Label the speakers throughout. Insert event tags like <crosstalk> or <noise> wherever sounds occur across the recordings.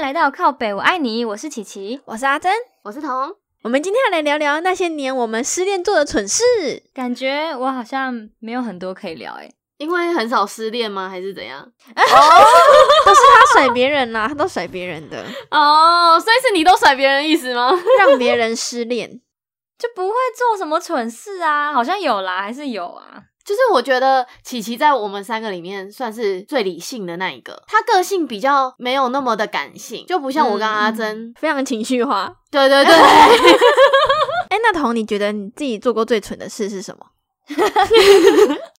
Speaker 1: 来到靠北，我爱你，我是琪琪。
Speaker 2: 我是阿珍，
Speaker 3: 我是彤，
Speaker 2: 我们今天要来聊聊那些年我们失恋做的蠢事。
Speaker 1: 感觉我好像没有很多可以聊欸诶、
Speaker 3: 因为很少失恋吗？还是
Speaker 2: <laughs>
Speaker 3: 怎样？
Speaker 2: 都是他甩别人啦、他都甩别人
Speaker 3: <laughs>
Speaker 2: 的，
Speaker 3: 哦，所以是你都甩别人的意思吗？
Speaker 2: 让别人失恋。
Speaker 1: 就不会做什么蠢事啊，好像有啦，还是有啊。
Speaker 3: <laughs> 就是我觉得琪琪在我们三个里面算是最理性的那一个，她个性比较没有那么的感性，就不像我跟阿珍，
Speaker 2: 非常情绪化。
Speaker 3: 对对 <laughs> 对，
Speaker 2: 哎、那彤，你觉得你自己做过最蠢的事是什么？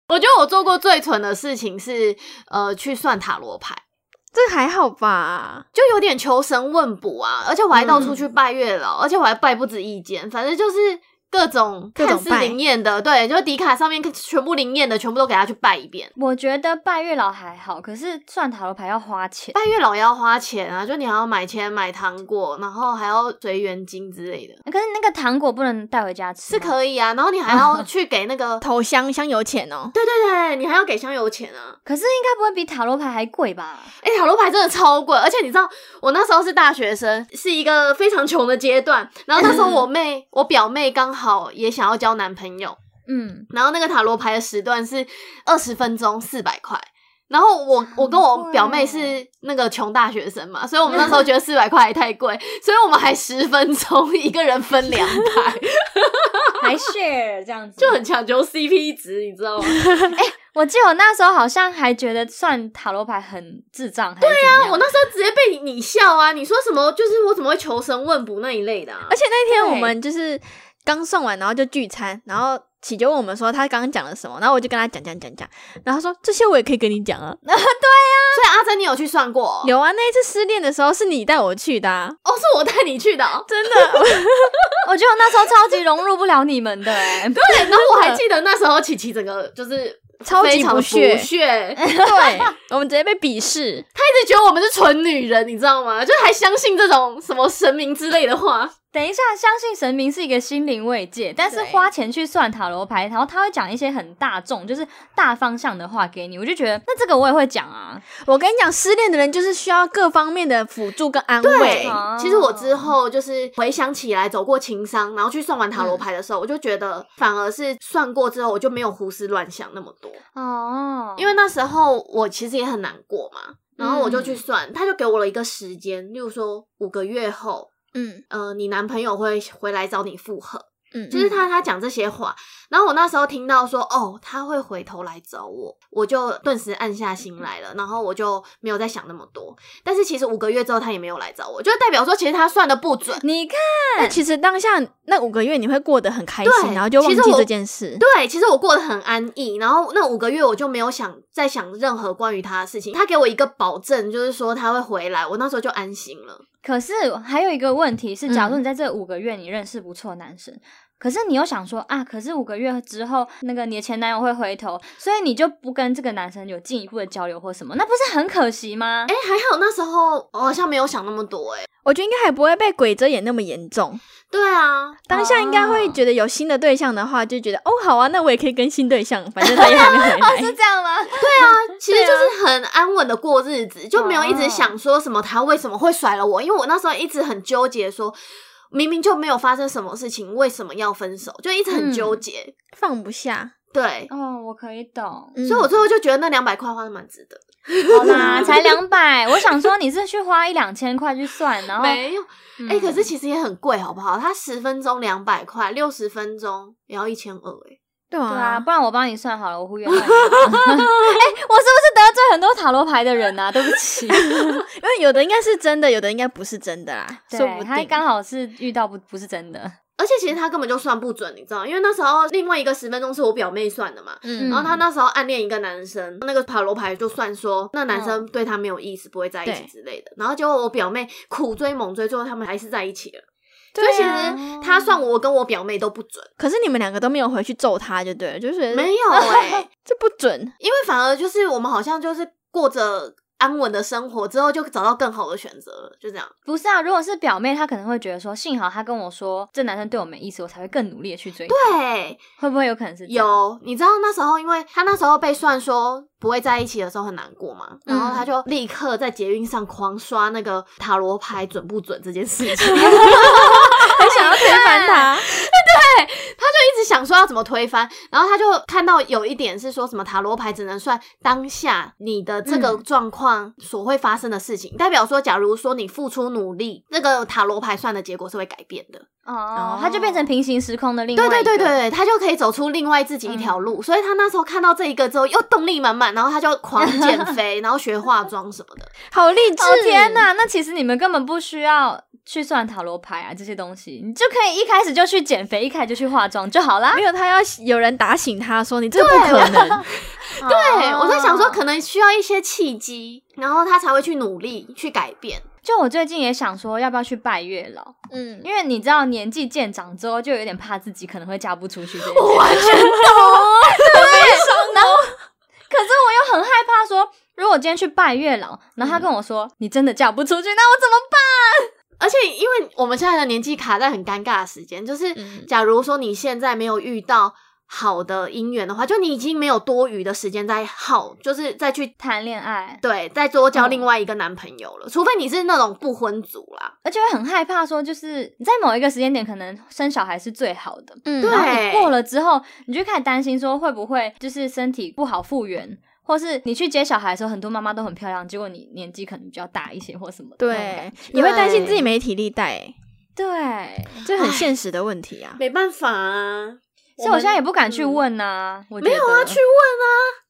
Speaker 3: 我觉得我做过最蠢的事情是，呃，去算塔罗牌。
Speaker 2: 这还好吧？
Speaker 3: 就有点求神问卜啊，而且我还到处去拜月老，而且我还拜不止一间，反正就是各种
Speaker 2: 各种
Speaker 3: 看似
Speaker 2: 拜
Speaker 3: 灵验的，对，就迪卡上面全部灵验的，全部都给他去拜一遍。
Speaker 1: 我觉得拜月老还好，可是算塔罗牌要花钱。
Speaker 3: 拜月老也要花钱啊，就你还要买钱买糖果，然后还要随缘金之类的，
Speaker 1: 可是那个糖果不能带回家吃
Speaker 3: 是
Speaker 1: 吗，
Speaker 3: 可以啊。然后你还要去给那个，。
Speaker 2: 投香香油钱哦
Speaker 3: 对对对，你还要给香油钱啊。
Speaker 1: 可是应该不会比塔罗牌还贵吧？
Speaker 3: 哎、塔罗牌真的超贵，而且你知道，我那时候是大学生，是一个非常穷的阶段。然后那时候我妹，我表妹刚好也想要交男朋友。
Speaker 1: 嗯，
Speaker 3: 然后那个塔罗牌的时段是二十分钟四百块。然后我我跟我表妹是那个穷大学生嘛，所以我们那时候觉得四百块也太贵，所以我们还十分钟一个人分两台，
Speaker 1: <laughs> 还 share 这样子
Speaker 3: <laughs> 就很强求 CP 值，你知 <laughs> 道吗？
Speaker 1: 我记得我那时候好像还觉得算塔罗牌很智障，对啊
Speaker 3: 那我那时候直接被你你笑啊！你说什么就是我怎么会求神问卜那一类的、啊
Speaker 2: 而？且那天
Speaker 1: 对
Speaker 2: 我们就是刚送完，然后就聚餐，然后启就问我们说他刚刚讲了什么，然后我就跟他讲讲讲讲，然后他说这些我也可以跟你讲啊。
Speaker 3: 所以阿珍，你有去算过哦？
Speaker 2: 有啊，那一次失恋的时候是你带我去的、
Speaker 3: <laughs>
Speaker 2: 啊，。
Speaker 3: 哦，是我带你去的、哦
Speaker 2: 真的。
Speaker 1: 我觉得我那时候超级融入不了你们的、欸，
Speaker 3: 对，然后我还记得那时候琪琪整个就是
Speaker 2: 超级
Speaker 3: 非常
Speaker 2: 不
Speaker 3: 不
Speaker 2: 屑
Speaker 3: <laughs> 屑
Speaker 2: <laughs> 对，我们直接被鄙视。
Speaker 3: 一直觉得我们是纯女人，你知道吗？就还相信这种什么神明之类的话。
Speaker 1: 等一下，相信神明是一个心灵慰藉，但是
Speaker 2: 对
Speaker 1: 花钱去算塔罗牌，然后他会讲一些很大众，就是大方向的话给你，我就觉得那这个我也会讲啊。
Speaker 2: 我跟你讲，失恋的人就是需要各方面的辅助跟安
Speaker 3: 对
Speaker 2: 慰。
Speaker 1: 哦
Speaker 3: 其实我之后就是回想起来走过情伤，然后去算完塔罗牌
Speaker 1: 嗯
Speaker 3: 的时候，我就觉得反而是算过之后，我就没有胡思乱想那么多，
Speaker 1: 哦，
Speaker 3: 因为那时候我其实也很难过嘛。然后我就
Speaker 1: 嗯
Speaker 3: 去算，他就给我了一个时间，例如说五个月后，
Speaker 2: 嗯
Speaker 3: 呃，你男朋友会回来找你复合，
Speaker 2: 嗯，
Speaker 3: 就是他他讲这些话，然后我那时候听到说哦他会回头来找我，我就顿时暗下心来了，然后我就没有再想那么多。但是其实五个月之后他也没有来找我，就代表说其实他算的不准。
Speaker 1: 你看，
Speaker 2: 那其实当下那五个月你会过得很开心，
Speaker 3: 对
Speaker 2: 然后就忘
Speaker 3: 其
Speaker 2: 记
Speaker 3: 实我
Speaker 2: 这件事。
Speaker 3: 对，其实我过得很安逸，然后那五个月我就没有想再想任何关于他的事情。他给我一个保证，就是说他会回来，我那时候就安心了。
Speaker 1: 可是还有一个问题是，假如
Speaker 2: 嗯
Speaker 1: 你在这五个月你认识不错的男生。可是你又想说啊，可是五个月之后，那个你的前男友会回头，所以你就不跟这个男生有进一步的交流或什么，那不是很可惜吗？
Speaker 3: 哎，还好那时候我好像没有想那么多、哎，
Speaker 2: 我觉得应该还不会被鬼遮眼那么严重。
Speaker 3: 对啊，
Speaker 2: 当下应该会
Speaker 1: 哦
Speaker 2: 觉得有新的对象的话，就觉得哦好啊，那我也可以跟新对象，反正他也还没回来。
Speaker 3: <laughs>
Speaker 1: 是这样吗？
Speaker 3: 其实
Speaker 1: 啊
Speaker 3: 就是很安稳的过日子，就没有
Speaker 1: 嗯
Speaker 3: 一直想说什么他为什么会甩了我，因为我那时候一直很纠结说。明明就没有发生什么事情，为什么要分手？就一直很
Speaker 1: 嗯
Speaker 3: 纠结。
Speaker 2: 放不下，
Speaker 3: 对，
Speaker 1: 哦，我可以懂。
Speaker 2: 嗯
Speaker 3: 所以我最后就觉得那两百块花的蛮值得的。
Speaker 1: 好
Speaker 3: <laughs>
Speaker 1: 啦， <laughs> 才两百，我想说你是去花一两千块去算，然后哎、
Speaker 3: 没有，
Speaker 1: 嗯
Speaker 3: 哎、可是其实也很贵，好不好？它十分钟两百块，六十分钟也要一千二，哎，
Speaker 2: 对
Speaker 1: 对啊，
Speaker 2: 啊，
Speaker 1: 不然我帮你算好了，我忽
Speaker 3: <laughs>
Speaker 1: 悠你。哎、我是不是得罪很多塔罗牌的人啊？ <laughs> 对不
Speaker 3: <laughs>
Speaker 1: 起，
Speaker 2: 因为有的应该是真的，有的应该不是真的啦，说不
Speaker 1: 对，他
Speaker 2: 定。
Speaker 1: 刚好是遇到不不是真的，
Speaker 3: 而且其实他根本就算不准，你知道，因为那时候另外一个十分钟是我表妹算的嘛，
Speaker 2: 嗯
Speaker 3: 然后她那时候暗恋一个男生，那个塔罗牌就算说那男生对她没有意思，不会在一起
Speaker 2: 嗯对
Speaker 3: 之类的。然后结果我表妹苦追猛追，最后他们还是在一起了。所
Speaker 2: 对
Speaker 3: 以
Speaker 2: 啊
Speaker 3: 其实她算我跟我表妹都不准，
Speaker 2: 可是你们两个都没有回去揍他，就 <laughs> 对了，就是
Speaker 3: 没有哎、
Speaker 2: 这不准。
Speaker 3: 因为反而就是我们好像就是过着。安稳的生活之后，就找到更好的选择了，就这样。
Speaker 1: 不是啊，如果是表妹，她可能会觉得说，幸好她跟我说这男生对我没意思，我才会更努力的去追他。
Speaker 3: 对，
Speaker 1: 会不会有可能是这样？
Speaker 3: 有，你知道那时候，因为他那时候被算说不会在一起的时候很难过嘛，然
Speaker 2: 嗯
Speaker 3: 后他就立刻在捷运上狂刷那个塔罗牌准不准这件事
Speaker 2: <laughs>
Speaker 3: 情，他就
Speaker 2: 很想要推翻
Speaker 3: <laughs>
Speaker 2: 他。
Speaker 3: 一直想说要怎么推翻，然后他就看到有一点是说什么塔罗牌只能算当下你的这个
Speaker 1: 嗯
Speaker 3: 状况所会发生的事情，代表说，假如说你付出努力，那个塔罗牌算的结果是会改变的。
Speaker 1: 哦，她就变成平行时空的另外
Speaker 3: 对
Speaker 1: 一
Speaker 3: 对
Speaker 1: 个嗯
Speaker 3: 对对，对，他就可以走出另外自己一条路。所以他那时候看到这一个之后，又动力满满，然后他就狂减
Speaker 1: <laughs>
Speaker 3: 肥，然后学化妆什么的。
Speaker 2: 好励志！
Speaker 1: 哦天！哪，那其实你们根本不需要去算塔罗牌啊这些东西，你就可以一开始就去减肥，一开始就去化妆就好啦
Speaker 2: 没。有，他要有人打醒他说：“你这不可
Speaker 3: 啊
Speaker 2: 能。
Speaker 1: 啊
Speaker 3: 对，
Speaker 1: 对
Speaker 3: 我在想说，可能需要一些契机，然后他才会去努力去改变。
Speaker 1: <laughs> 就我最近也想说，要不要去拜月老？”
Speaker 2: <laughs> 嗯，
Speaker 1: 因为你知道，年纪渐长之后，就有点怕自己可能会嫁不出去
Speaker 2: <laughs>
Speaker 1: 这件事。
Speaker 3: 完全
Speaker 1: 然后，可是我又很害怕说，如果我今天去拜月老，然
Speaker 2: 嗯
Speaker 1: 后他跟我说、你真的嫁不出去，那我怎么办？
Speaker 3: 而且，因为我们现在的年纪卡在很尴尬的时间，就是
Speaker 2: 嗯
Speaker 3: 假如说你现在没有遇到好的姻缘的话，就你已经没有多余的时间再耗，就是再去
Speaker 1: 谈恋爱，
Speaker 3: 对再多交另外一个男朋友了，除非你是那种不婚族啦。
Speaker 1: 而且会很害怕说，就是你在某一个时间点，可能生小孩是最好的，
Speaker 2: 嗯
Speaker 3: 对
Speaker 1: 然后你过了之后，你就开始担心说会不会就是身体不好复原。或是你去接小孩的时候，很多妈妈都很漂亮，结果你年纪可能比较大一些或什么的。
Speaker 2: 对，也会担心自己没体力带、欸，
Speaker 1: 对，
Speaker 2: 这很现实的问题啊。
Speaker 3: 没办法啊，
Speaker 1: 所以我现在也不敢去
Speaker 3: 嗯
Speaker 1: 问呐、我
Speaker 3: 没有啊，去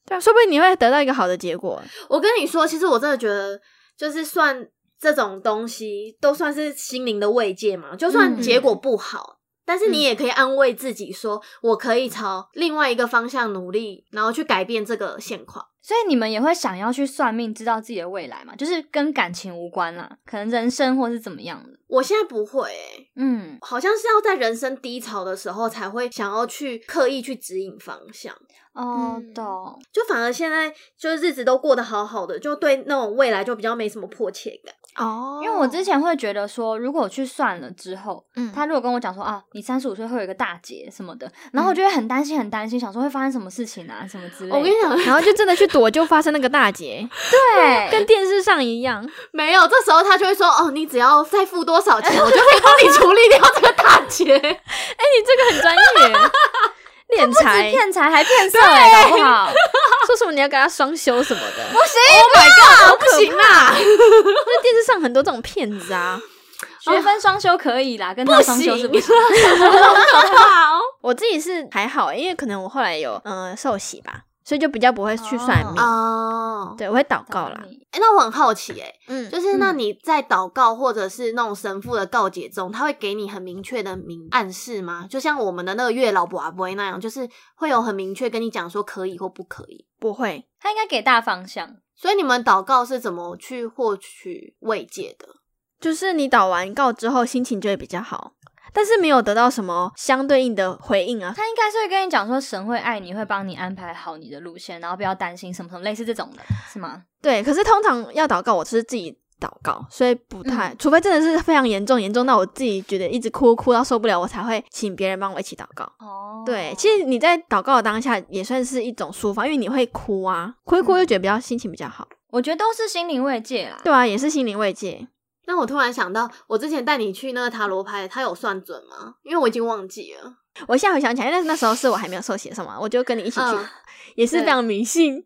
Speaker 2: 对啊，说不定你会得到一个好的结
Speaker 3: <laughs>
Speaker 2: 果。
Speaker 3: 我跟你说，其实我真的觉得，就是算这种东西，都算是心灵的慰藉嘛。就算
Speaker 1: 嗯
Speaker 3: 结果不好，但是你也可以安慰自己说，我可以朝另外一个方向努力，然后去改变这个现况。
Speaker 1: 所以你们也会想要去算命，知道自己的未来嘛？就是跟感情无关啦，可能人生或是怎么样的。
Speaker 3: 我现在不会、欸，
Speaker 1: 嗯，
Speaker 3: 好像是要在人生低潮的时候才会想要去刻意去指引方向，
Speaker 1: 哦，
Speaker 2: 嗯
Speaker 1: 懂。
Speaker 3: 就反而现在就是日子都过得好好的，就对那种未来就比较没什么迫切感。
Speaker 2: 哦
Speaker 1: 因为我之前会觉得说，如果我去算了之后，
Speaker 2: 嗯
Speaker 1: 他如果跟我讲说啊，你三十五岁会有一个大劫什么的，然后
Speaker 2: 嗯
Speaker 1: 我就会很担心，很担心，想说会发生什么事情啊，什么之类
Speaker 2: 哦
Speaker 1: 的。
Speaker 3: 我跟你讲，
Speaker 2: 然后就真的去躲，就发生那个大
Speaker 1: <laughs>
Speaker 2: 劫，
Speaker 1: 对，
Speaker 2: 跟电视上一样。
Speaker 3: 没有，这时候他就会说：“哦，你只要再付多少钱，我
Speaker 2: <laughs>
Speaker 3: 就可以 <laughs> 帮你处理掉这个大劫。
Speaker 2: 哎、你这个很专
Speaker 3: <laughs>
Speaker 2: 业，敛
Speaker 1: 不止
Speaker 2: 财，
Speaker 1: 骗财还骗色、欸，搞不好。
Speaker 2: <laughs> 说什么你要给他双休什么的，Oh
Speaker 1: 不行，
Speaker 2: 好啊不行 <laughs> 啦！那电视上很多这种骗子 <laughs> 啊。
Speaker 1: 学分双修可以啦，跟他双修是不行。
Speaker 2: <laughs>
Speaker 1: <laughs>
Speaker 3: 好，
Speaker 2: 我自己是还好，欸因为可能我后来有嗯、呃受洗吧，所以就比较不会去算命。
Speaker 3: 哦，
Speaker 2: 对，我会祷告啦。
Speaker 3: 哎、那我很好奇、哎，
Speaker 2: 嗯，
Speaker 3: 就是那你在祷告或者是那种神父的告解中，他会给你很明确的明暗示吗？就像我们的那个月老卜阿伯那样，就是会有很明确跟你讲说可以或不可以。
Speaker 2: 不会。
Speaker 1: 他应该给大方向。
Speaker 3: 所以你们祷告是怎么去获取慰藉的？
Speaker 2: 就是你祷完告之后，心情就会比较好，但是没有得到什么相对应的回应啊。
Speaker 1: 他应该是会跟你讲说，神会爱你，会帮你安排好你的路线，然后不要担心什么什么，类似这种的，是吗？
Speaker 2: 对，可是通常要祷告，我是自己祷告，所以不太，除非真的是非常严重，严重到我自己觉得一直哭哭到受不了，我才会请别人帮我一起祷告。
Speaker 1: 哦
Speaker 2: 对，其实你在祷告的当下也算是一种抒发，因为你会哭啊，哭一哭
Speaker 3: 嗯
Speaker 2: 就觉得比较心情比较好。
Speaker 1: 我觉得都是心灵慰藉啦。
Speaker 2: 对啊，也是心灵慰藉。
Speaker 3: 那我突然想到，我之前带你去那个塔罗牌，他有算准吗？因为我已经忘记了。
Speaker 2: 我现在回想起来，因为那那时候是我还没有受洗的时候嘛，我就跟你一起去，
Speaker 3: 嗯
Speaker 2: 也是非常迷
Speaker 3: <laughs>
Speaker 2: 信， <laughs>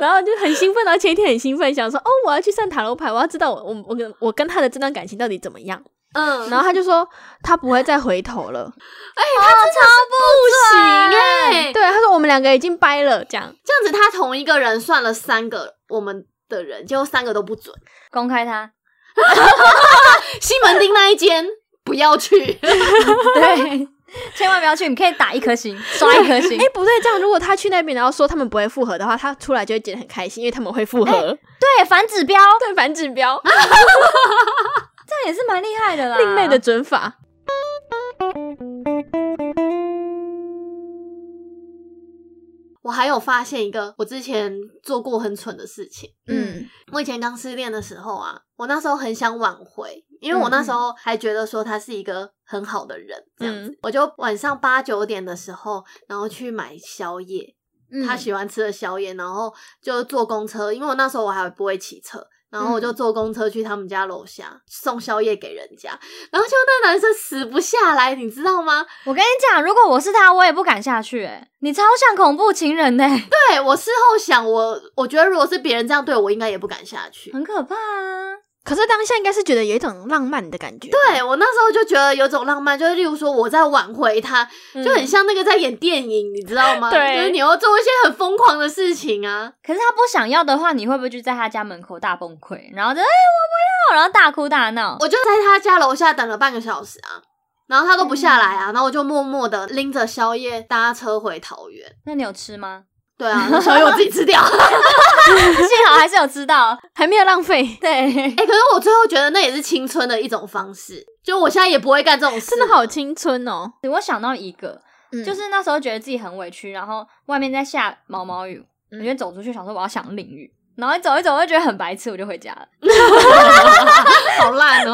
Speaker 2: 然后就很兴奋，然后前一天很兴奋，想说哦，我要去算塔罗牌，我要知道我我我跟我跟他的这段感情到底怎么样。
Speaker 3: 嗯，
Speaker 2: 然后他就说他不会再回头了，
Speaker 3: 哎
Speaker 2: 哦
Speaker 3: 不行哎、
Speaker 2: 欸对，他说我们两个已经掰了，这样
Speaker 3: 这样子他同一个人算了三个我们的人，结果三个都不准。
Speaker 1: 公开它，
Speaker 3: 西门町那一间不要去， <laughs>
Speaker 1: 对，千万不要去，你可以打一颗星，刷一颗星
Speaker 2: 哎、。不对，这样如果他去那边，然后说他们不会复合的话，他出来就会觉得很开心，因为他们会复合，
Speaker 1: 对，反指标，
Speaker 2: 对反指标，
Speaker 1: 这也是蛮厉害的啦。
Speaker 2: 另类的准法。
Speaker 3: 我还有发现一个我之前做过很蠢的事情。
Speaker 1: 嗯
Speaker 3: 我以前刚失恋的时候啊，我那时候很想挽回，因为我那时候还觉得说他是一个很好的人，这样子。我就晚上八九点的时候，然后去买宵夜，
Speaker 1: 嗯，
Speaker 3: 他喜欢吃的宵夜，然后就坐公车，因为我那时候我还不会骑车，然后我
Speaker 2: 嗯
Speaker 3: 就坐公车去他们家楼下送宵夜给人家，然后就那男生死不下来，你知道吗？
Speaker 1: 我跟你讲，如果我是他，我也不敢下去、欸。你超像恐怖情人哎呢、
Speaker 3: 对我事后想，我我觉得如果是别人这样对我，应该也不敢下去。
Speaker 1: <laughs>
Speaker 2: 嗯
Speaker 1: 很可怕啊！
Speaker 2: 可是当下应该是觉得有一种浪漫的感觉，
Speaker 3: 对我那时候就觉得有种浪漫，就是例如说我在挽回他，
Speaker 2: 嗯
Speaker 3: 就很像那个在演电影，你知道
Speaker 2: <laughs>
Speaker 3: 吗？
Speaker 2: 对
Speaker 3: 就是你要做一些很疯狂的事情啊。
Speaker 1: 可是他不想要的话，你会不会就在他家门口大崩溃，然后就哎、我不要，然后大哭大闹？
Speaker 3: 我就在他家楼下等了半个小时啊，然后他都不下来啊，然后我就默默的拎着宵夜搭车回桃园。
Speaker 1: 那你有吃吗？ <laughs>
Speaker 3: 对啊，那宵夜我自己吃掉。 <laughs> 哎、
Speaker 1: 幸好还是有吃到。
Speaker 2: 还没有浪费，
Speaker 1: 对，
Speaker 3: 哎可是我最后觉得那也是青春的一种方式，就我现在也不会干这种事，
Speaker 2: 真的好青春哦。
Speaker 1: 我想到一个，
Speaker 2: 嗯
Speaker 1: 就是那时候觉得自己很委屈，然后外面在下毛毛雨，
Speaker 2: 嗯
Speaker 1: 我就走出去想说我要想淋雨，然后走一走，我就觉得很白痴，我就回家了。
Speaker 3: 啊好烂哦、就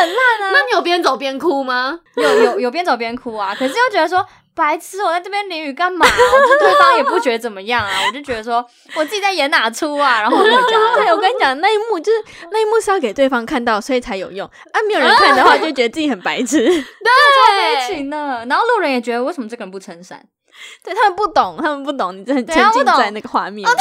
Speaker 3: 很 <laughs> 烂啊。那你有边走边哭吗？
Speaker 1: 有有有边走边哭啊，可是又觉得说白痴，我在这边淋雨干嘛、啊我就对方也不觉得怎么样啊，我就觉得说我自己在演哪出啊，然后我就回家
Speaker 2: <laughs>
Speaker 1: 了。
Speaker 2: 对，我跟你讲，那一幕就是那一幕是要给对方看到，所以才有用。啊，没有人看的话，就觉得自己很白痴。
Speaker 1: 悲情
Speaker 2: 啊
Speaker 1: 的，然后路人也觉得为什么这个人不撑伞？
Speaker 2: <laughs> 对他们不懂，他们不懂，哦你真的
Speaker 1: 对
Speaker 2: 沉
Speaker 1: 他
Speaker 2: 浸
Speaker 1: 不懂
Speaker 2: 在那个画面里。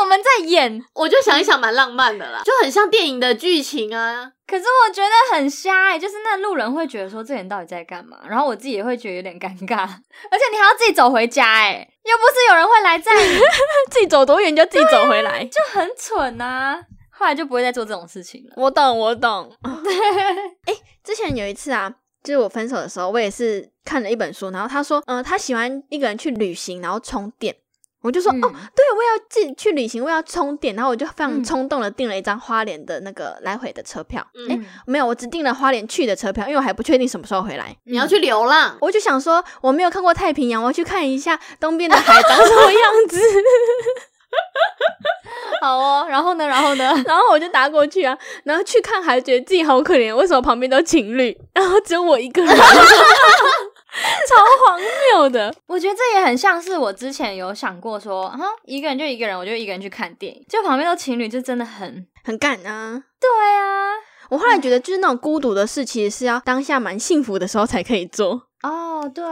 Speaker 1: 我们在演，
Speaker 3: 我就想一想，蛮浪漫的啦，就很像电影的剧情啊。
Speaker 1: 可是我觉得很瞎哎、就是那路人会觉得说这人到底在干嘛，然后我自己也会觉得有点尴尬， <laughs> 而且你还要自己走回家哎、又不是有人会来载你，
Speaker 2: 自己走多远就自己走回来。
Speaker 1: 就很蠢啊。后来就不会再做这种事情了。
Speaker 2: 我懂，我 <laughs> 懂。哎、之前有一次啊，就是我分手的时候，我也是看了一本书，然后他说，嗯、他喜欢一个人去旅行，然后充电。我就说、
Speaker 1: 嗯
Speaker 2: 哦，对，我也要自己去旅行，我也要充电。然后我就非常
Speaker 1: 嗯
Speaker 2: 冲动的订了一张花莲的那个来回的车票。
Speaker 3: 嗯，
Speaker 1: 哎、
Speaker 2: 没有，我只订了花莲去的车票，因为我还不确定什么时候回来。
Speaker 3: 你要去流浪，
Speaker 2: 我就想说，我没有看过太平洋，我去看一下东边的海长什么样子。
Speaker 1: 好哦，然后呢，然后呢？ <laughs>
Speaker 2: 然后我就打过去啊，然后去看还觉得自己好可怜，为什么旁边都情侣，然后只有我一个人， <laughs> 超荒谬的。
Speaker 1: 我觉得这也很像是我之前有想过说，啊，一个人就一个人，我就一个人去看电影，就旁边都情侣，就真的很
Speaker 2: 很干啊！
Speaker 1: 对啊。
Speaker 2: 我后来觉得，就是那种孤独的事，其实是要当下蛮幸福的时候才可以做。
Speaker 1: 哦，对，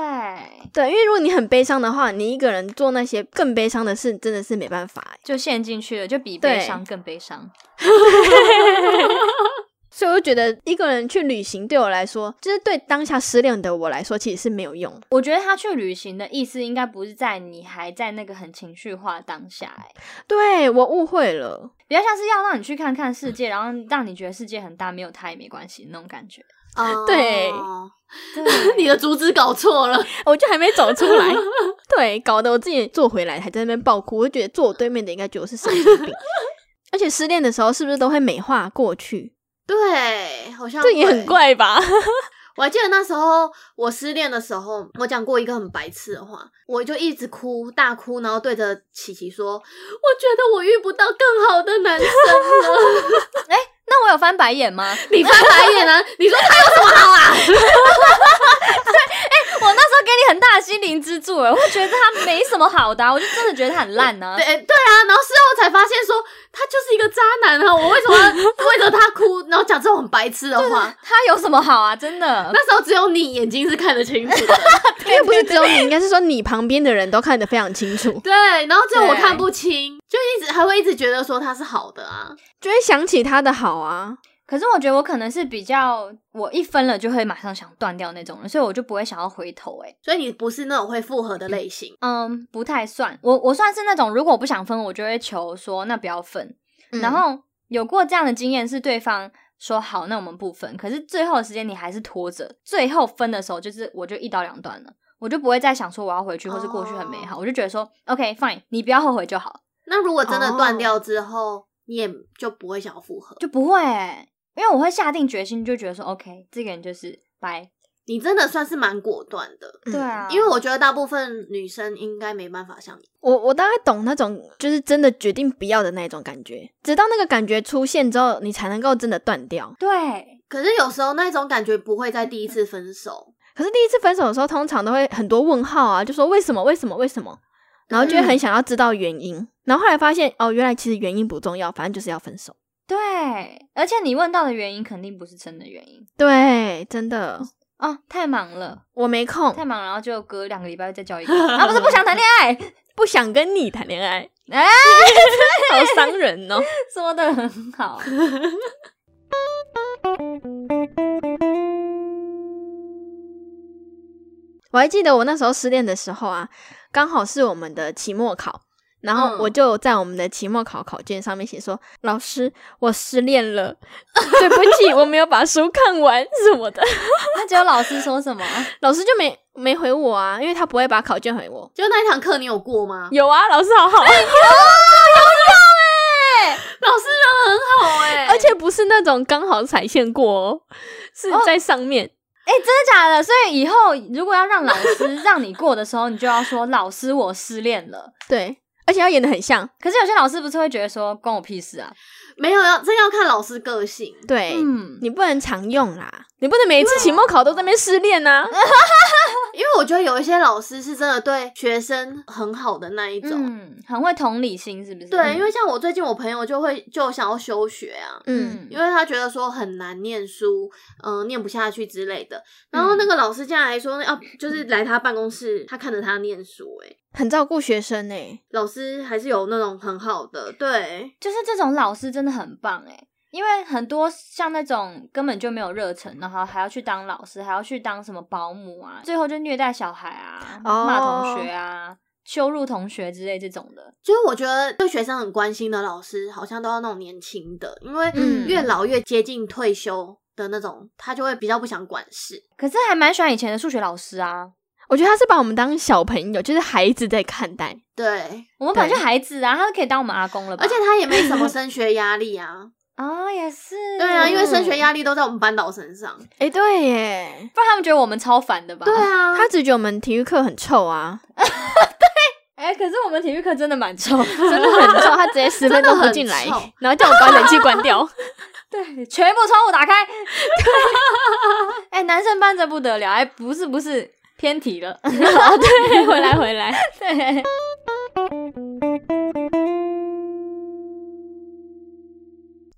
Speaker 2: 对，因为如果你很悲伤的话，你一个人做那些更悲伤的事，真的是没办法欸。
Speaker 1: 就陷进去了，就比
Speaker 2: 对
Speaker 1: 悲伤更悲伤。
Speaker 2: 所以我就觉得，一个人去旅行对我来说，就是对当下失恋的我来说，其实是没有用的。
Speaker 1: 我觉得他去旅行的意思，应该不是在你还在那个很情绪化的当下、欸，
Speaker 2: 对我误会了。
Speaker 1: 比较像是要让你去看看世界，然后让你觉得世界很大，没有他也没关系那种感觉。
Speaker 3: 哦
Speaker 2: 对
Speaker 1: <laughs> 对，
Speaker 3: 你的主旨搞错了。
Speaker 2: 我就还没走出来， <laughs> 对，搞得我自己坐回来还在那边爆哭，我就觉得坐我对面的应该觉得我是神经病。 <laughs> 而且失恋的时候是不是都会美化过去？
Speaker 3: 对，好像
Speaker 2: 这也很
Speaker 3: 会
Speaker 2: 怪吧？
Speaker 3: 我还记得那时候我失恋的时候，我讲过一个很白痴的话，我就一直哭大哭，然后对着琪琪说：“我觉得我遇不到更好的男生了。 <laughs>
Speaker 1: 那我有翻白眼吗？”
Speaker 3: 你翻白眼啊！你说他有什么好啊？ <laughs>
Speaker 1: 我那时候给你很大的心灵支柱、欸，我觉得他没什么好的啊、我就真的觉得他很烂呢、
Speaker 3: 对对啊，然后事后才发现说他就是一个渣男啊！我为什么要为了他哭，然后讲这种很白痴的话？
Speaker 1: 他有什么好啊？真的，
Speaker 3: 那时候只有你眼睛是看得清楚的，
Speaker 2: 因为不是只有 <laughs> 你，应该是说你旁边的人都看得非常清楚，
Speaker 3: 对，然后只有我
Speaker 1: 对
Speaker 3: 看不清，就一直还会一直觉得说他是好的啊。
Speaker 2: 就会想起他的好啊。
Speaker 1: 可是我觉得我可能是比较，我一分了就会马上想断掉那种人，所以我就不会想要回头、欸。
Speaker 3: 所以你不是那种会复合的类型。
Speaker 1: 嗯，不太算，我我算是那种，如果我不想分，我就会求说那不要分。
Speaker 2: 嗯
Speaker 1: 然后有过这样的经验，是对方说好，那我们不分，可是最后的时间你还是拖着，最后分的时候就是我就一刀两断了，我就不会再想说我要回去，或是过去很美好，我就觉得说 OK fine，你不要后悔就好，
Speaker 3: 那如果真的断
Speaker 2: 哦
Speaker 3: 掉之后，你也就不会想要复合，
Speaker 1: 就不会欸、因为我会下定决心，就觉得说 OK，这个人就是拜，
Speaker 3: 你真的算是蛮果断的，
Speaker 2: 嗯
Speaker 1: 对啊，
Speaker 3: 因为我觉得大部分女生应该没办法像你。
Speaker 2: 我我大概懂那种就是真的决定不要的那种感觉，直到那个感觉出现之后，你才能够真的断掉。
Speaker 1: 对
Speaker 3: 可是有时候那种感觉不会在第一次分手，
Speaker 2: 可是第一次分手的时候，通常都会很多问号啊，就说为什么为什么为什么，然后就会很想要知道原因，然后后来发现哦，原来其实原因不重要，反正就是要分手。
Speaker 1: 对，而且你问到的原因肯定不是真的原因
Speaker 2: 对，真的，
Speaker 1: 哦，太忙了，
Speaker 2: 嗯我没空，
Speaker 1: 太忙了，然后就隔两个礼拜再交一个啊，不是不想谈恋爱 <laughs>
Speaker 2: 不想跟你谈恋 <laughs> 爱，
Speaker 1: 哎
Speaker 2: 好伤人哦。
Speaker 1: 说的很好，
Speaker 2: <laughs> 我还记得我那时候失恋的时候啊，刚好是我们的期末考，然后
Speaker 3: 嗯
Speaker 2: 我就在我们的期末考考卷上面写说：“老师，我失恋了，对不起，我没有把书看完什么的。
Speaker 1: 那只有老师说什么？”
Speaker 2: 老师就没没回我啊，因为他不会把考卷回我。
Speaker 3: 就那一堂课你有过吗？ <laughs>
Speaker 2: 有啊，老师好好，
Speaker 3: 老师人很好哎、
Speaker 2: 而且不是那种刚好踩线过 <laughs> 哦，是在上面。
Speaker 1: 哎、真的假的？所以以后如果要让老师让你过的时候，你就要说老师我失恋了。
Speaker 2: 对，而且要演的很像。
Speaker 1: 可是有些老师不是会觉得说关我屁事啊？
Speaker 3: 没有要，这要看老师个性。
Speaker 2: 对，
Speaker 1: 嗯，
Speaker 2: 你不能常用啦，你不能每一次期末考都在那边啊失恋呐、
Speaker 3: 因为我觉得有一些老师是真的对学生很好的那一种。
Speaker 1: 嗯，很会同理心是不是？
Speaker 3: 对，因为像我最近我朋友就会就想要休学啊，
Speaker 2: 嗯，
Speaker 1: 嗯，
Speaker 3: 因为他觉得说很难念书，嗯、念不下去之类的。然后那个老师竟然还说要、就是来他办公室，他看着他念书、欸，
Speaker 2: 很照顾学生呢、欸
Speaker 3: 老师还是有那种很好的，对，
Speaker 1: 就是这种老师真的很棒哎、因为很多像那种根本就没有热忱，然后还要去当老师，还要去当什么保姆啊，最后就虐待小孩啊，
Speaker 2: 哦
Speaker 1: 骂同学啊，羞辱同学之类这种的。
Speaker 3: 就是我觉得对学生很关心的老师，好像都要那种年轻的，因为
Speaker 2: 嗯
Speaker 3: 越老越接近退休的那种，他就会比较不想管事。
Speaker 1: 可是还蛮喜欢以前的数学老师啊，
Speaker 2: 我觉得他是把我们当小朋友，就是孩子在看待。
Speaker 3: 对，
Speaker 1: 我们本来
Speaker 2: 对
Speaker 1: 就孩子啊，他可以当我们阿公了吧？
Speaker 3: 而且他也没什么 <laughs> 升学压力啊，
Speaker 1: 啊、也是，
Speaker 3: 对啊，因为升学压力都在我们班导身上。
Speaker 2: 哎、对耶，
Speaker 1: 不然他们觉得我们超烦的吧？
Speaker 3: 对啊，
Speaker 2: 嗯他只觉得我们体育课很臭 <laughs> 啊，
Speaker 1: 哎、可是我们体育课真的蛮臭，
Speaker 2: 真的很臭，他直接十分钟不进来
Speaker 3: 真的很臭，
Speaker 2: 然后叫我把冷气关掉。
Speaker 1: 对，全部窗户打开。 <laughs> 哎、男生班这不得了，哎、不是不是，偏题了。
Speaker 2: 哦，对， <laughs> 回来回来。
Speaker 1: 对，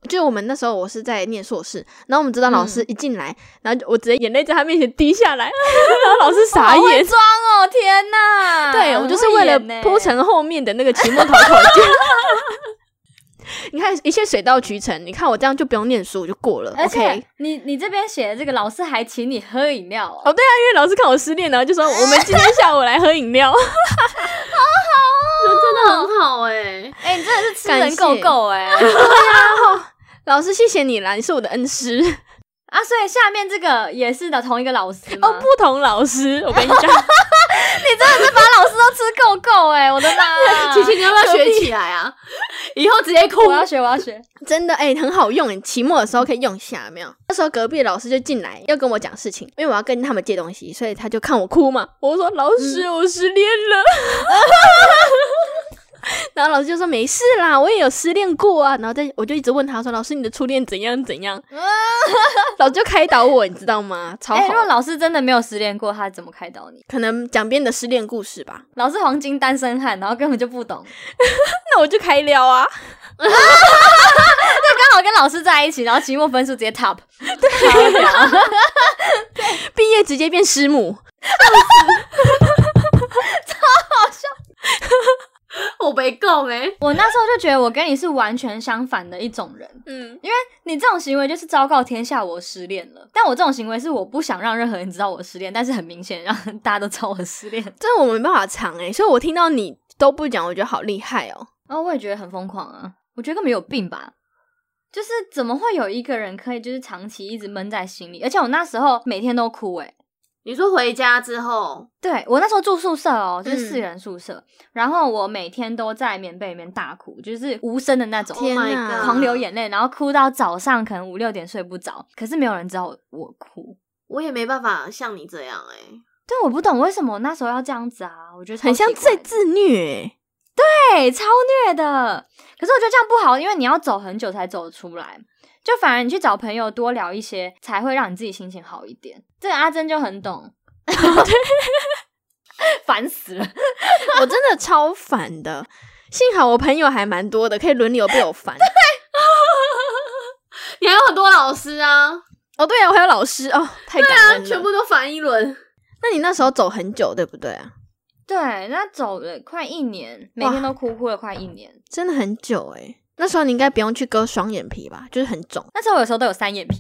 Speaker 2: 就我们那时候，我是在念硕士，然后我们指导老师一进来，然后就我直接眼泪在他面前滴下来， <laughs> 然后老师傻
Speaker 1: 好会
Speaker 2: 眼。
Speaker 1: 装哦，天哪！
Speaker 2: 对我就是为了
Speaker 1: 很会演呢
Speaker 2: 铺。成后面的那个期末考考卷。 <laughs> 你看，一切水到渠成。你看我这样就不用念书，我就过了。
Speaker 1: 而
Speaker 2: OK
Speaker 1: 且你你这边写的这个老师还请你喝饮料、哦，
Speaker 2: 哦，对啊，因为老师看我失恋，然后就说我们今天下午来喝饮料。
Speaker 3: 人真的很好哎、！
Speaker 1: 哎、你真的是吃
Speaker 2: 感
Speaker 1: 人够
Speaker 2: 谢
Speaker 1: 够哎
Speaker 2: <laughs> 老师，谢谢你啦，你是我的恩师。
Speaker 1: 啊！所以下面这个也是的同一个老师吗
Speaker 2: 哦，不同老师，我跟你 <laughs> 讲，
Speaker 1: 你真的是把老师都吃够够哎！我的妈 <laughs>
Speaker 3: 琪琪，你要不要学
Speaker 2: <laughs>
Speaker 3: 起来啊？以后直接哭
Speaker 1: 我。要学，我要学。
Speaker 2: 真的哎、很好用，期末的时候可以用一下，有没有？那时候隔壁老师就进来要跟我讲事情，因为我要跟他们借东西，所以他就看我哭嘛，我说老师，我失恋了。 <laughs> 然后老师就说没事啦，我也有失恋过啊。然后再我就一直问他说，老师你的初恋怎样怎 <laughs> 样？老师就开导我，你知道吗？超
Speaker 1: 哎、
Speaker 2: 好
Speaker 1: 如，果老师真的没有失恋过，他怎么开导你？
Speaker 2: 可能讲别人的失恋故事吧。
Speaker 1: 老师黄金单身汉，然后根本就不懂，
Speaker 2: <laughs> 那我就开撩啊。
Speaker 1: 刚好跟老师在一起，然后期末分数直接 top。
Speaker 2: 毕业直接变师母，
Speaker 3: <laughs> 我没供哎、
Speaker 1: 我那时候就觉得我跟你是完全相反的一种人，
Speaker 2: 嗯，
Speaker 1: 你这种行为就是昭告天下我失恋了，但我这种行为是我不想让任何人知道我失恋，但是很明显让 <laughs> 大家都知道我失恋。
Speaker 2: 这我没办法藏哎、所以我听到你都不讲，我觉得好厉害哦。
Speaker 1: 然后我也觉得很疯狂啊，我觉得根本有病吧。就是怎么会有一个人可以就是长期一直闷在心里？而且我那时候每天都哭诶、
Speaker 3: 你说回家之后，
Speaker 1: 对我那时候住宿舍哦，就是
Speaker 2: 嗯
Speaker 1: 四人宿舍，然后我每天都在棉被里面大哭，就是无声的那种，
Speaker 2: 天
Speaker 3: oh、my
Speaker 2: 哪
Speaker 3: God
Speaker 1: 狂流眼泪，然后哭到早上可能五六点睡不着，可是没有人知道我我哭，
Speaker 3: 我也没办法像你这样哎、 <laughs>
Speaker 1: 对，我不懂为什么我那时候要这样子啊，我觉得超
Speaker 2: 很像
Speaker 1: 奇怪
Speaker 2: 在自虐。欸
Speaker 1: 对，超虐的。可是我觉得这样不好，因为你要走很久才走得出来，就反而你去找朋友多聊一些，才会让你自己心情好一点。这个阿珍就很 <laughs> 懂，烦死了。
Speaker 2: <laughs> 我真的超烦的。幸好我朋友还蛮多的，可以轮流被我 <laughs> 烦。
Speaker 3: 你还有很多老师啊，
Speaker 2: 哦，对啊，我还有老师哦，太感恩了。
Speaker 3: 全部都烦一轮。
Speaker 2: 那你那时候走很久，对不对啊？
Speaker 1: 对，那走了快一年，每天都哭哭了快一年。
Speaker 2: 真的很久哎、那时候你应该不用去割双眼皮吧？就是很肿。
Speaker 1: 那时候我有时候都有三眼皮。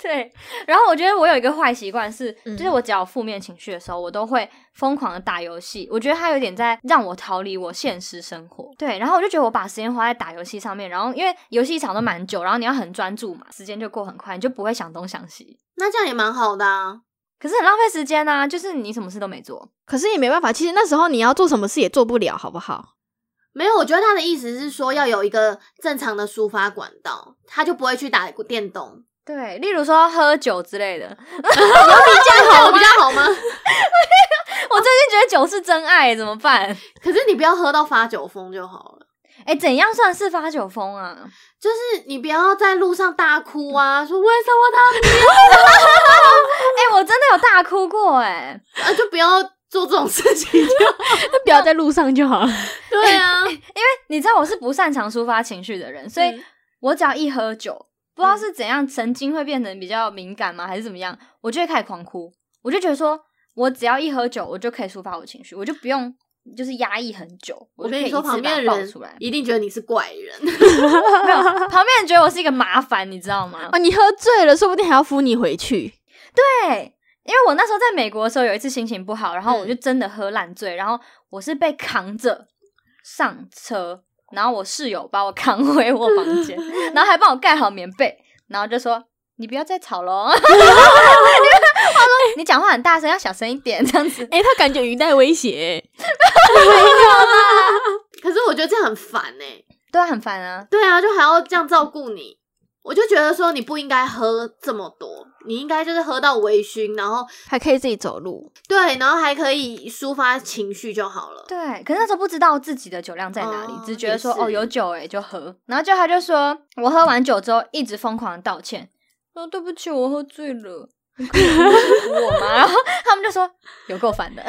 Speaker 1: 对，然后我觉得我有一个坏习惯是，
Speaker 2: 嗯
Speaker 1: 就是我只要有负面情绪的时候，我都会疯狂的打游戏。我觉得它有点在让我逃离我现实生活。对，然后我就觉得我把时间花在打游戏上面，然后因为游戏一场都蛮久，然后你要很专注嘛，时间就过很快，你就不会想东想西。
Speaker 3: 那这样也蛮好的啊。
Speaker 1: 可是很浪费时间呐、就是你什么事都没做。
Speaker 2: 可是也没办法，其实那时候你要做什么事也做不了，好不好？
Speaker 3: 没有，我觉得他的意思是说要有一个正常的抒发管道，他就不会去打电动。
Speaker 1: 对，例如说喝酒之类的， <laughs>
Speaker 3: 这样好比较好吗？
Speaker 1: 我最近觉得酒是真爱，怎么办？
Speaker 3: <laughs> 可是你不要喝到发酒疯就好了，
Speaker 1: 哎、怎样算是发酒疯啊？
Speaker 3: 就是你不要在路上大哭啊，说为什么他
Speaker 1: 哎、我真的有大哭过哎、
Speaker 3: 啊，就不要做这种事情就。
Speaker 2: <laughs> 那不要在路上就好了。
Speaker 3: <laughs> 对啊，
Speaker 1: 你知道我是不擅长抒发情绪的人，
Speaker 3: 嗯
Speaker 1: 所以我只要一喝酒，不知道是怎样神经会变成比较敏感吗，还是怎么样，我就会开始狂哭。我就觉得说，我只要一喝酒，我就可以抒发我情绪，我就不用就是压抑很久，
Speaker 3: 我
Speaker 1: 就可
Speaker 3: 跟
Speaker 1: 以
Speaker 3: 你说，
Speaker 1: 一次把
Speaker 3: 旁边的
Speaker 1: 它爆
Speaker 3: 人
Speaker 1: 出来。 <laughs>
Speaker 3: 一定觉得你是怪人。 <laughs>
Speaker 1: 没有，旁边人觉得我是一个麻烦，你知道吗？
Speaker 2: <laughs> 哦，你喝醉了，说不定还要扶你回去。
Speaker 1: 对，因为我那时候在美国的时候，有一次心情不好，然后我就真的喝烂醉，然后我是被扛着上车，然后我室友把我 <laughs> 扛回我房间，然后还帮我盖好棉被，然后就说。你不要再吵 <laughs> 了哦，因为他说你讲话很大声，要小声一点，这样子。
Speaker 2: 哎、他感觉语带威胁欸、
Speaker 3: 可是我觉得这样很烦哎、
Speaker 1: 对啊，很烦啊。
Speaker 3: 对啊，就还要这样照顾你，我就觉得说你不应该喝这么多，你应该就是喝到微醺，然后
Speaker 2: 还可以自己走路。
Speaker 3: 对，然后还可以抒发情绪就好了。
Speaker 1: 对，可是那时候不知道自己的酒量在哪里，
Speaker 3: 哦
Speaker 1: 只觉得
Speaker 3: 也
Speaker 1: 说哦
Speaker 3: 是
Speaker 1: 有酒哎、就喝，然后就他就说我喝完酒之后一直疯狂地道歉，说对不起我喝醉了，你可以不要欺负我吗？ <laughs> 然后他们就说有够烦的。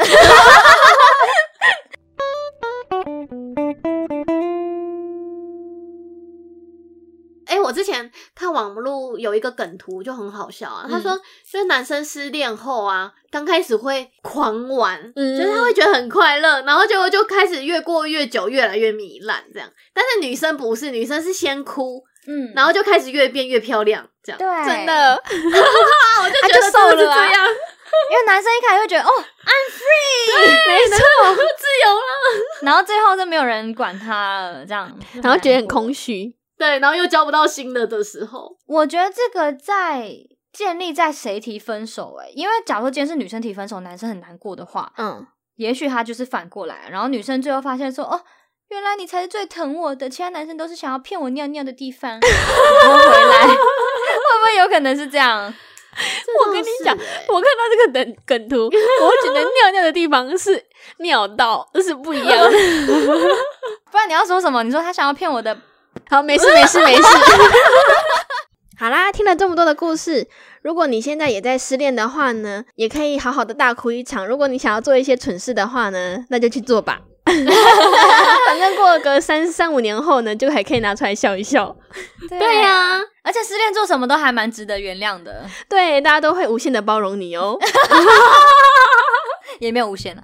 Speaker 3: 哎、我之前看网络有一个梗图就很好笑啊，他
Speaker 2: 嗯
Speaker 3: 说就是男生失恋后啊，刚开始会狂玩，
Speaker 2: 嗯
Speaker 3: 就是他会觉得很快乐，然后结果就开始越过越久，越来越糜烂这样。但是女生不是，女生是先哭，
Speaker 1: 嗯，
Speaker 3: 然后就开始越变越漂亮这样。
Speaker 1: 对，
Speaker 2: 真，的，
Speaker 3: 我就
Speaker 2: 他就
Speaker 3: 觉得真的
Speaker 2: 瘦
Speaker 3: 是
Speaker 2: 了
Speaker 3: 这
Speaker 2: 啊
Speaker 3: 样，
Speaker 1: 因为男生一开始会觉得哦 I'm free，
Speaker 2: 没错。
Speaker 3: 自由了。
Speaker 1: 然后最后就没有人管他了，这样，
Speaker 2: 然后觉得很
Speaker 1: 空。
Speaker 2: 空虚，
Speaker 3: 对，然后又交不到新的的时候，
Speaker 1: 我觉得这个在建立在谁提分手哎、因为假如说今天是女生提分手，男生很难过的话，
Speaker 2: 嗯，
Speaker 1: 也许他就是反过来，然后女生最后发现说，哦，原来你才是最疼我的，其他男生都是想要骗我尿尿的地方， <laughs> 然后回来， <laughs> 会不会有可能是这样？
Speaker 3: 我
Speaker 2: 跟你讲 <laughs> 我看到这个梗梗 <laughs> 图，我会觉得尿尿的地方是尿道，是不一样的。
Speaker 1: 不然你要说什么？你说他想要骗我的，
Speaker 2: <laughs> 好，没事没事没 <laughs> 事。好啦，听了这么多的故事，如果你现在也在失恋的话呢，也可以好好的大哭一场。如果你想要做一些蠢事的话呢，那就去做吧。 <laughs> 反正过个三三五年后呢，就还可以拿出来笑一笑。
Speaker 3: 对啊 <laughs> 呀、
Speaker 1: 而且失恋做什么都还蛮值得原谅的，
Speaker 2: 对，大家都会无限的包容你哦。
Speaker 1: 也没有无限了、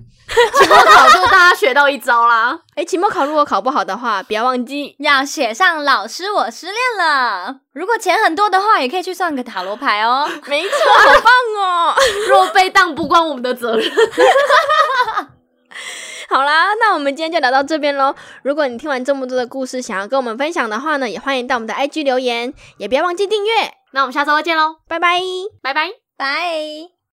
Speaker 3: 期末考就大家学到一招啦。
Speaker 2: 哎，期末考如果考不好的话，不要忘记。
Speaker 1: 要写上老师我失恋了。如果钱很多的话，也可以去算个塔罗牌哦。
Speaker 2: 没错，好棒哦！
Speaker 3: 若被当不关我们的责任。
Speaker 2: 好啦，那我们今天就聊到这边喽。如果你听完这么多的故事，想要跟我们分享的话呢，也欢迎到我们的 IG 留言，也别忘记订阅。
Speaker 3: 那我们下周再见喽，
Speaker 2: 拜拜。
Speaker 3: 拜拜。
Speaker 1: 拜。